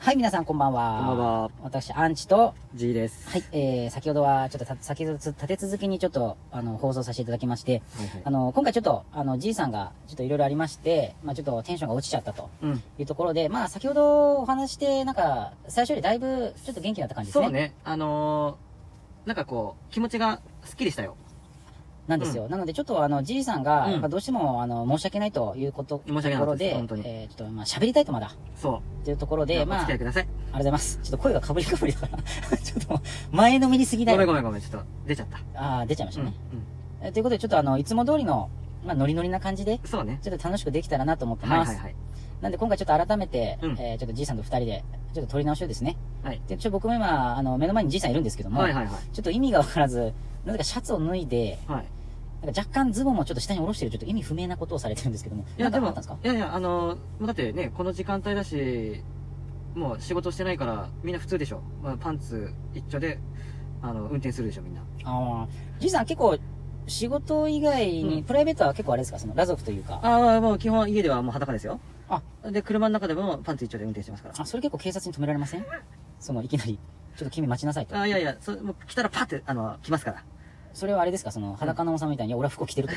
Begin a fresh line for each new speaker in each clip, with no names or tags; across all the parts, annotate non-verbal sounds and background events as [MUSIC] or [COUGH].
はい、皆さんこんばんは。
こんばんは。
私、アンチと、
G です。
はい、えー、先ほどは、ちょっとた、先ほどつ立て続けにちょっと、あの、放送させていただきまして、
はいはい
あの、今回ちょっと、あの、じいさんが、ちょっといろいろありまして、まあちょっとテンションが落ちちゃったと
うん。
いうところで、まあ先ほどお話しして、なんか、最初よりだいぶ、ちょっと元気になった感じですね。
そう。ね。あのー、なんかこう、気持ちがスッキリしたよ。
なんですよ。なので、ちょっと、あの、じいさんが、
うん
やっぱどうしても、あの、申し訳ないということ、
申し訳な
と
か
ころ
ったです
で、
本当に
えー、ちょっと、まあ喋りたいとまだ、
そ
というところ
う。で
で、
お
まあ、あ
付き合い
りが
ください。
とうございます。ちょっと声がかぶりかぶりだから、 [LAUGHS] ちょっともう、前のめりすぎだ
ごめん
よ。
ごめんごめん、ちょっと出ちゃった。
ああ、出ちゃいました
うん。う
ね
ん。
えということで、ちょっとあの、いつも通りの、まあ、ノリノリな感じで、
そうね。
ちょっと楽しくできたらなと思って
はい
ま
はい
す。
はい。
なんで、今回ちょっと改めて、
うん
えーちょっとじいさんと二人で、ちょっと撮り直しをですね。
はい。
で、ちょ、僕も今、あの、目の前にじいさんいるんですけども、
はいはいはい。
ちょっと意味がわからず、なぜかシャツを脱いで、
はい。
なんか若干ズボンもちょっと下に下ろしてる、ちょっと意味不明なことをされてるんですけども、
いや、
な
で
んかあ
も
ったんですか、
いやいや、あのー、もうだってね、この時間帯だし、もう仕事してないから、みんな普通でしょ。まあ、パンツ一丁で、あの、運転するでしょ、みんな。
ああ、じいさん結構、仕事以外に、
うん
プライベートは結構あれですか、その、裸族というか、
ああ、もう基本家ではもう裸ですよ。
あ
で、車の中でもパンツ一丁で運転してますから。
あ、それ結構警察に止められませんその、いきなり、ちょっと君待ちなさいと。
あいやいや、そもう来たらパッて、あの、来ますから。
それはあれですかその、裸の王様みたいに、いや、俺は服を着て
[LAUGHS]
ると。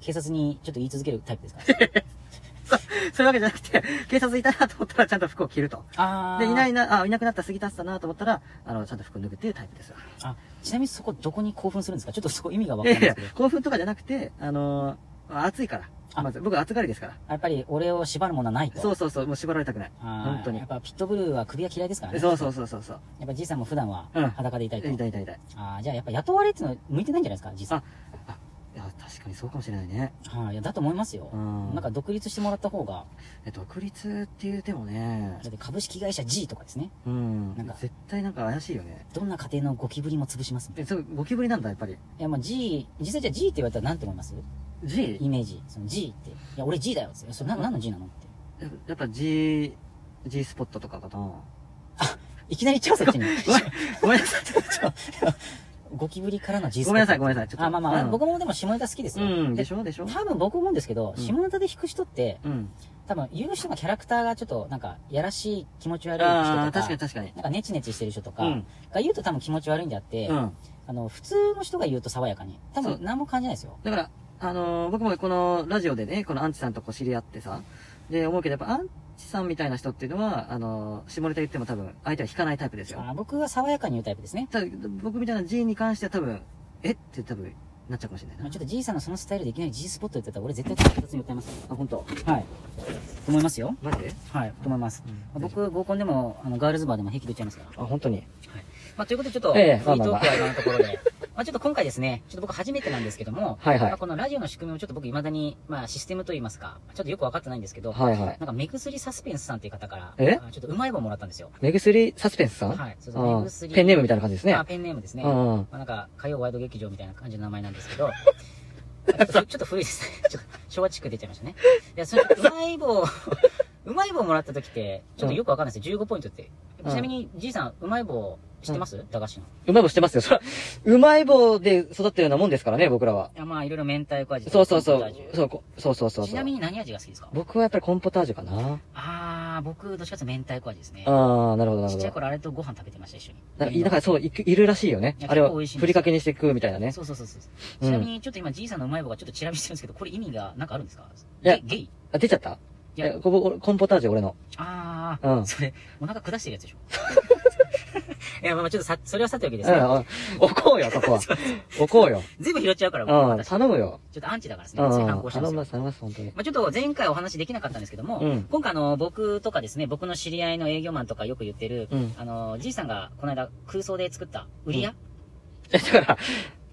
警察にちょっと言い続けるタイプですか
[LAUGHS] そういうわけじゃなくて、警察いたなと思ったらちゃんと服を着ると。
あ。
で、いないいな、あ、いなくなった杉田さんだなと思ったら、あの、ちゃんと服脱ぐっていうタイプですよ。
あ、ちなみにそこどこに興奮するんですかちょっとそこ意味がわ
い
かんない
やい
です
や
けど。、
興奮とかじゃなくて、あのー、暑いか
あ
ら。まず、僕暑がりですから。
やっぱり俺を縛るものはないと。。
そううそうそう、もう縛られたくない。
本
本当に
やっぱピットブルーは首が嫌いですからね。
そうそうそうそうそう。
やっぱじいさんも普段は
うん
裸でいたいと。
痛い痛い痛い。
ああ、じゃあやっぱ雇われっていうのは向いてないんじゃないですかじいさん。
いや、確かにそうかもしれないね。
はい、いや、だと思いますよ
う。ん。
なんか、独立してもらった方が、
え独立っていうでもね
だ、って株式会社 G とかですね。
うん。
なんか
絶対なんか怪しいよね。
どんな家庭のゴキブリも潰しますみたい
え、そう、ゴキブリなんだ、やっぱり。
な。いや、まあ G、実際じゃあ G って言われたら何て思います
G?
イメージ。その G って。いや、俺 G だよっつって。それな何の G なのって。
やっぱ G、G スポットとかかな。
いきなり超そっちに。
[LAUGHS] ごめんごめんなさい。
ゴキブリからの G スポット
ごめんなさいごめんなさいちょっと
あ、まあまあ、
うん
僕もでも下ネタ好きですよ。
うん、でしょでしょ
多分僕思うんですけど、
うん
下ネタで弾く人って、
うん。
多分言う人のキャラクターがちょっとなんか、やらしい気持ち悪い人と
あ
か、
あ、確かに確かに。
なんかネチネチしてる人と
う
か、
ん。
が言うと多分気持ち悪いんであって、
うん。
あの、普通の人が言うと爽やかに。多
そ
分
う
何も感じないですよ。
だから、あのー僕もこのラジオでね、このアンチさんとこう知り合ってさ、で、思うけどやっぱアンチさんみたいな人っていうのは、あのー下ネタ言っても多分、相手は引かないタイプですよ。
あ僕は爽やかに言うタイプですね。
ただ、僕みたいな G に関しては多分、えって多分、なっちゃうかもしれない
ま
な
あ、。ちょっとじいさんのそのスタイルでいきなり G スポット言ってたら俺絶対警察に訴えますよ。
あ、本当。
はい。と思いますよ。
マジで、
はい。と思います。
うん
僕、合コンでも、あの、ガールズバーでも平気で言っちゃいますから。
あ、本当に。
まあ、ということで、ちょっと、フリ
ええ
ー
まあまあ
ト
ま
ー
あ
クは今のところで、 [LAUGHS] まあ、ちょっと今回ですね、ちょっと僕初めてなんですけども、
はいはい
まあ、このラジオの仕組みをちょっと僕未だに、まあ、システムといいますか、ちょっとよく分かってないんですけど、
はいはい。
なんか、目薬サスペンスさんっていう方から、
え
あちょっとうまい棒もらったんですよ。
目薬サスペンスさん
はい。そうそう、
あ
目
ー
薬。
ペンネームみたいな感じですね。
あ、ペンネームですね。
う
ま
んうん。
あ、なんか、火曜ワイド劇場みたいな感じの名前なんですけ
[LAUGHS]
ど、ちょっとちょっと古いですね。 [LAUGHS] ちょっと昭和地区出ちゃいましたね。いや、それ、うまい棒、うまい棒もらった時って、ちょっとよくわかんないですよ。15ポイントって。
うん
ちなみに、じいさん、うまい棒知ってます駄菓子の。
うまい棒してますよ。そら、うまい棒で育ってるようなもんですからね、僕らは。
いや、まあ、いろいろ明太子味と
そ
か
うそうそ
コーンポター
う
ジ。
そうこ、そうそうそう
ュ
そう。
ちなみに何味が好きですか
僕はやっぱりコンポタージュかな。
あー、僕、どっちかというと明太子味ですね。
ああ、なるほど、なる
ちっ
ほ
ちゃい
ど。
頃あれとご飯食べてました、一緒に。
だからだからそう、いくいるらしいよね
い。や
あれは、
結構美味しいんですよ
ふりかけにして食うみたいなね。
そうそうそうそう。
うん
ちなみに、ちょっと今、じいさんのうまい棒がちょっとチラ見してるんですけど、これ意味がなんかあるんですか
いや
ゲゲイい
あ、出ちゃったい
や
や、、ここ、コンポタージュ俺の。
あ
う
ー、
ん
それ、お腹下してるやつでし
[LAUGHS]
ょいや、まあまあちょっとさ、それはさておきで
う
すね。
ん、うん置こうよ、こ
[LAUGHS]
こは。置こうよ。
全部拾っちゃうから、
う
僕は
ん、
私。ちょ
頼むよ。
っとアンチだからです
う
ね。
ん、
つい
頼
反
む
抗してますよ。
頼ます、本当に。
まあ、ちょっと前回お話できなかったんですけども、
うん
今回あの、僕とかですね、僕の知り合いの営業マンとかよく言ってる、
うん [LAUGHS]
あの、じいさんがこの間空想で作った売り屋、
え、だから、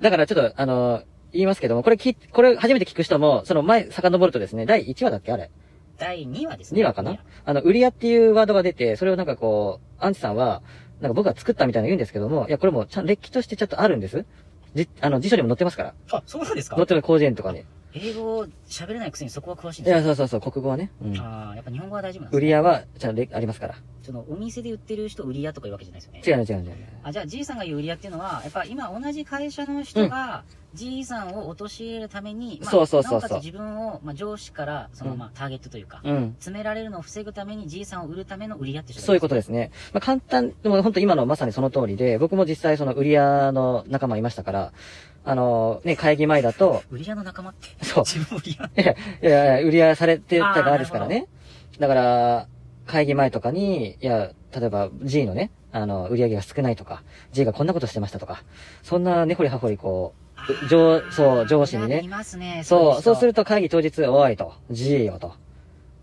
だからちょっと、あのー、言いますけども、これき、これ初めて聞く人も、その前、遡るとですね、第1話だっけあれ。
第2話ですね。
2話か
売り
なあの、売り屋っていうワードが出て、それをなんかこう、アンチさんは、なんか僕が作ったみたいな言うんですけども、いや、これもうちゃん、れっきとしてちょっとあるんです。じ、あの、辞書にも載ってますから。
屋あ、そうなんですか
載ってる工事園とかに。
英語喋れないくせにそこは詳しいん
い
です
や、
か
そうそうそう、国語はね。うん。
ああ、やっぱ日本語は大丈夫なんです
売
ね
り屋は、ちゃんとれありますから。
そのお店で売ってる人売り屋とかいうわけじゃないですよね。
違う違う違う。
あじゃあ、じいさんが言う売り屋っていうのは、やっぱ今同じ会社の人が、じいさんを陥れるために、
そうそうそうそう
なおかつ自分を、まあ、上司から、その、
うん
まあ、ターゲットというか、
うん。
詰められるのを防ぐためにじいさんを売るための売り屋って人
そういう
こ
ことですね。まあ、簡単、でも本当今のまさにその通りで、僕も実際その売り屋の仲間いましたから、あの、ね、会議前だと、
と。売り屋の仲間って。
そう
自分売り屋。
いやいや、売り屋されてた側ですから
あー
ね。だから、会議前とかに、いや、例えば G のね、あの、売り上げが少ないとか、G がこんなことしてましたとか、そんな根掘り葉掘りこう、上、そう、上司に
い
ね。
ますね。
そう、そうす
る。
ると会議当日、おいと、G よと。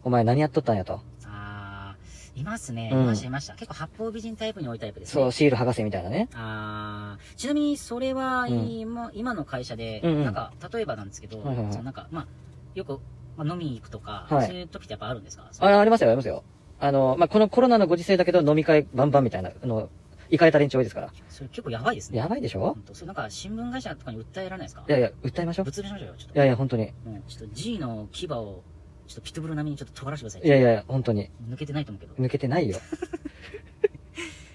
お前何やっとったんやと。
あーいますね。い
うん
ました、いました。結構八方美人タイプに多いタイプですね。
そう、シール剥がせみたいなね。
あーちなみにそれは今,、今の会社で、
うんうん
なんか例えばなんですけど、
はいはいはい
そのなんかまあよく、まあ、飲みに行くとか、
はい
そういう時ってやっぱあるんですか
あ、ありますよ、ありますよ。あの、まあ、このコロナのご時世だけど飲み会バンバンみたいな、あの、行かれた連中多いですから。
それ結構やばいですね
やばいでしょ
本当それなんか新聞会社とかに訴えられないですか
いやいや、訴えましょう。
物流しましょうよちょっ
いやいや、本当に。
ともうちょっと G の牙をちょっとピトブル並みにちょっと尖らせてください
いやいや、本当に。
抜けてないと思うけど
抜け
[LAUGHS]
てないよ。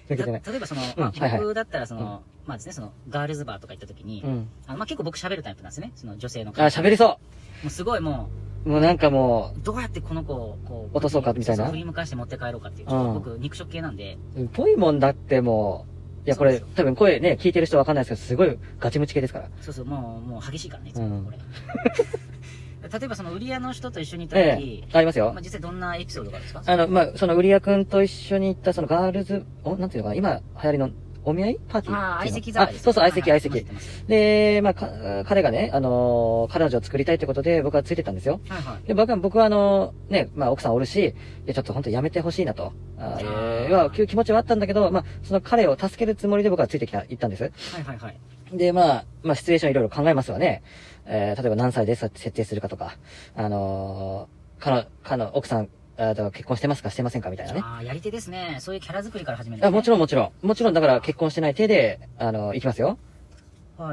抜けてない。
た例えばその、まあ
はいはい
僕だったらその、まあですねそのガールズバーとか行った時に、
うん。
あのまあ結構僕喋るタイプなんですねその女性の
あ、
方
喋りそ
もうすごいもう
うもうなんかも
どうやってこの子をこう
落とそうかみたい
そ
な
うそう振り向かして持って帰ろうかっていう、
うん
ちょっと僕肉食系なんで
う、ぽいもんだってもう、いやこれ
そうで
多分声ね、聞いてる人わかんないですけど、すごいガチムチ系ですから。
そうそうもうもう激しいからねいつ
う
も
ん [LAUGHS]
これ、例えばその売り屋の人と一緒にいた
え
時
え、、ありますよ
まあ、。実際どんなエピソードがあるんですか
あの、まあ、その、売り屋くんと一緒に行った、その、ガールズ、お、なんていうのかな、今、流行りの、お見合いパーティー
ああ
ってい
相
うの
席皿
あ
です
そうそう、相席、相
はい
席
は。い待って
で、まあ、か彼がね、あのー彼女を作りたいってことで、僕はついてたんですよ。
ますはいはい
で、僕は、僕はあのーね、まあ、奥さんおるし、いや、ちょっと本当やめてほしいなと。
あ
あー
ー
えーは、いう気持ちはあったんだけど、まあ、その彼を助けるつもりで僕はついてきた、行ったんです。
はいはいはい
で、まあ、まあ、シチュエーションいろいろ考えますわね。えー例えば何歳でさ設定するかとか、あのー彼、彼の奥さん、えーと結婚してますかしてませんかみたいなね。
ああやり手ですねそういうキャラ作りから始める、ね、
あもちろ
ん
んもちろん。もちろんだから結婚してない手で、あの、行きますよ。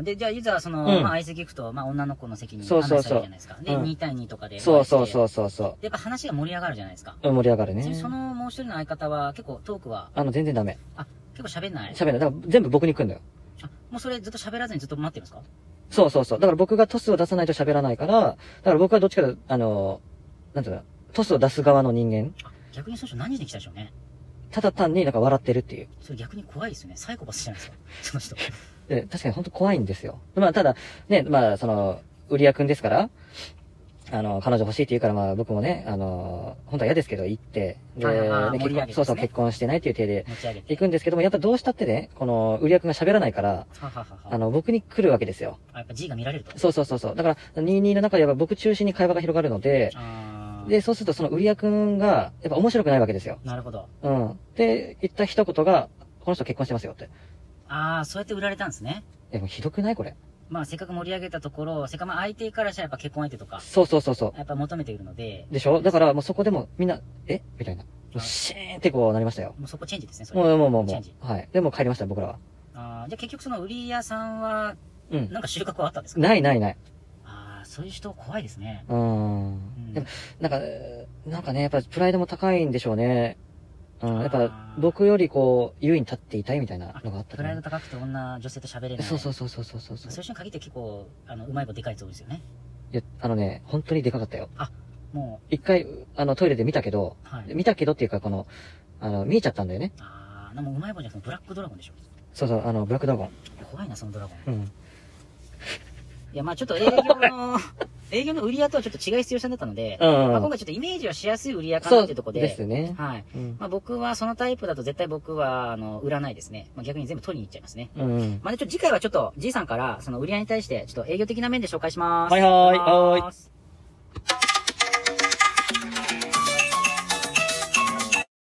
でじゃあいざその、
うん
まあ、相席行くと、まあ、女の子の席に
そうそう
話
そう
されるじゃないですかで、
うん
2対2とかで
そうそうそううそうそ
やっぱ話が盛り上がるじゃないですか
う。盛り上がる
ちなみ
ね
に。そのもう一人の相方は結構トークは
あの、全然ダメ。
あ結構喋んない
喋る。だから全部僕に来るのよ。
あもうそれずっと喋らずにずっと待ってるんですか
そうそうそう。だから僕がトスを出さないと喋らないから、だから僕はどっちかというと、あの、なんていうの、トスを出す側の人間。
あ逆にその人何しに来たんでしょうね
ただ単になんか笑ってるっていう。
それ逆に怖いですよねサイコパスじゃないですか [LAUGHS] その人
で確かに本当怖いんですよ。まあただ、ね、まあその、売り屋くんですから、あの、彼女欲しいって言うから、まあ僕もね、あの、本当は嫌ですけど行って、で、
はいはいはい
ね
盛り上げてね
結婚そうそう、結婚してないっていう体で
持ち上げて
行くんですけども、やっぱどうしたってね、この、売り屋くんが喋らないから、
はははは
あの、僕に来るわけですよ。
あやっぱ G が見られると
そうそうそうそう。だから、22の中でやっぱ僕中心に会話が広がるので、
あー
で、そうするとその売り屋くんが、やっぱ面白くないわけですよ。
なるほど
うん。で、言った一言が、この人結婚してますよって。
ああそうやって売られたんですね
え、もうひどくないこれ。
まあせっかく盛り上げたところせっかくまあ相手からしたらやっぱ結婚相手とか
そうそうそうそ
やっぱ求めているので
う。でしょだからもうそこでもみんな、えみたいな。もうシーンってこうなりましたよ。
もうそこチェンジですねそれ
もうもうもう
チェ
も
ンジ
う。はい。で、もう帰りました、僕らは。
あーじゃあ結局その売り屋さんは
うん。
なんか収穫はあったんですか
ないないない。
ああそういう人怖いですね
うーん。
ん
でも、なんか、えーなんかね、やっぱプライドも高いんでしょうね。うん。やっぱ
あ、ー
僕よりこう、優位に立っていたいみたいなのがあった
プ
か
ライド。
ら
高くて女女性と喋れない
そうそうそうそうそうそう
まあそ
そう
いう人に限って結構、あの、うまい棒でかいやつ多いですよね。
う。いや、あのね、本当にでかかったよ。
も
一回、あの、トイレで見たけど、
う、はい。
見たけどっていうか、この、あの、見えちゃったんだよね。
あー、でもうまい棒じゃなくてブラックドラゴンでしょ。
そうそう、あの、ブラックドラゴン。
怖いな、そのドラゴン。
うん。
いや、まあちょっと営業 [LAUGHS] の、営業の売り屋とはちょっと違い必要さんだったので、まあ、
う
今
ん。
回ちょっとイメージはしやすい売り屋か
そ
な
う
っていうところで、
ですね。
はい。
うん。
まあ僕はそのタイプだと絶対僕は、あの、売らないですね。まあ逆に全部取りに行っちゃいますね。
うん。
まあでちょっと次回はちょっと、じいさんから、その売り屋に対して、ちょっと営業的な面で紹介します。
はいはい
お願します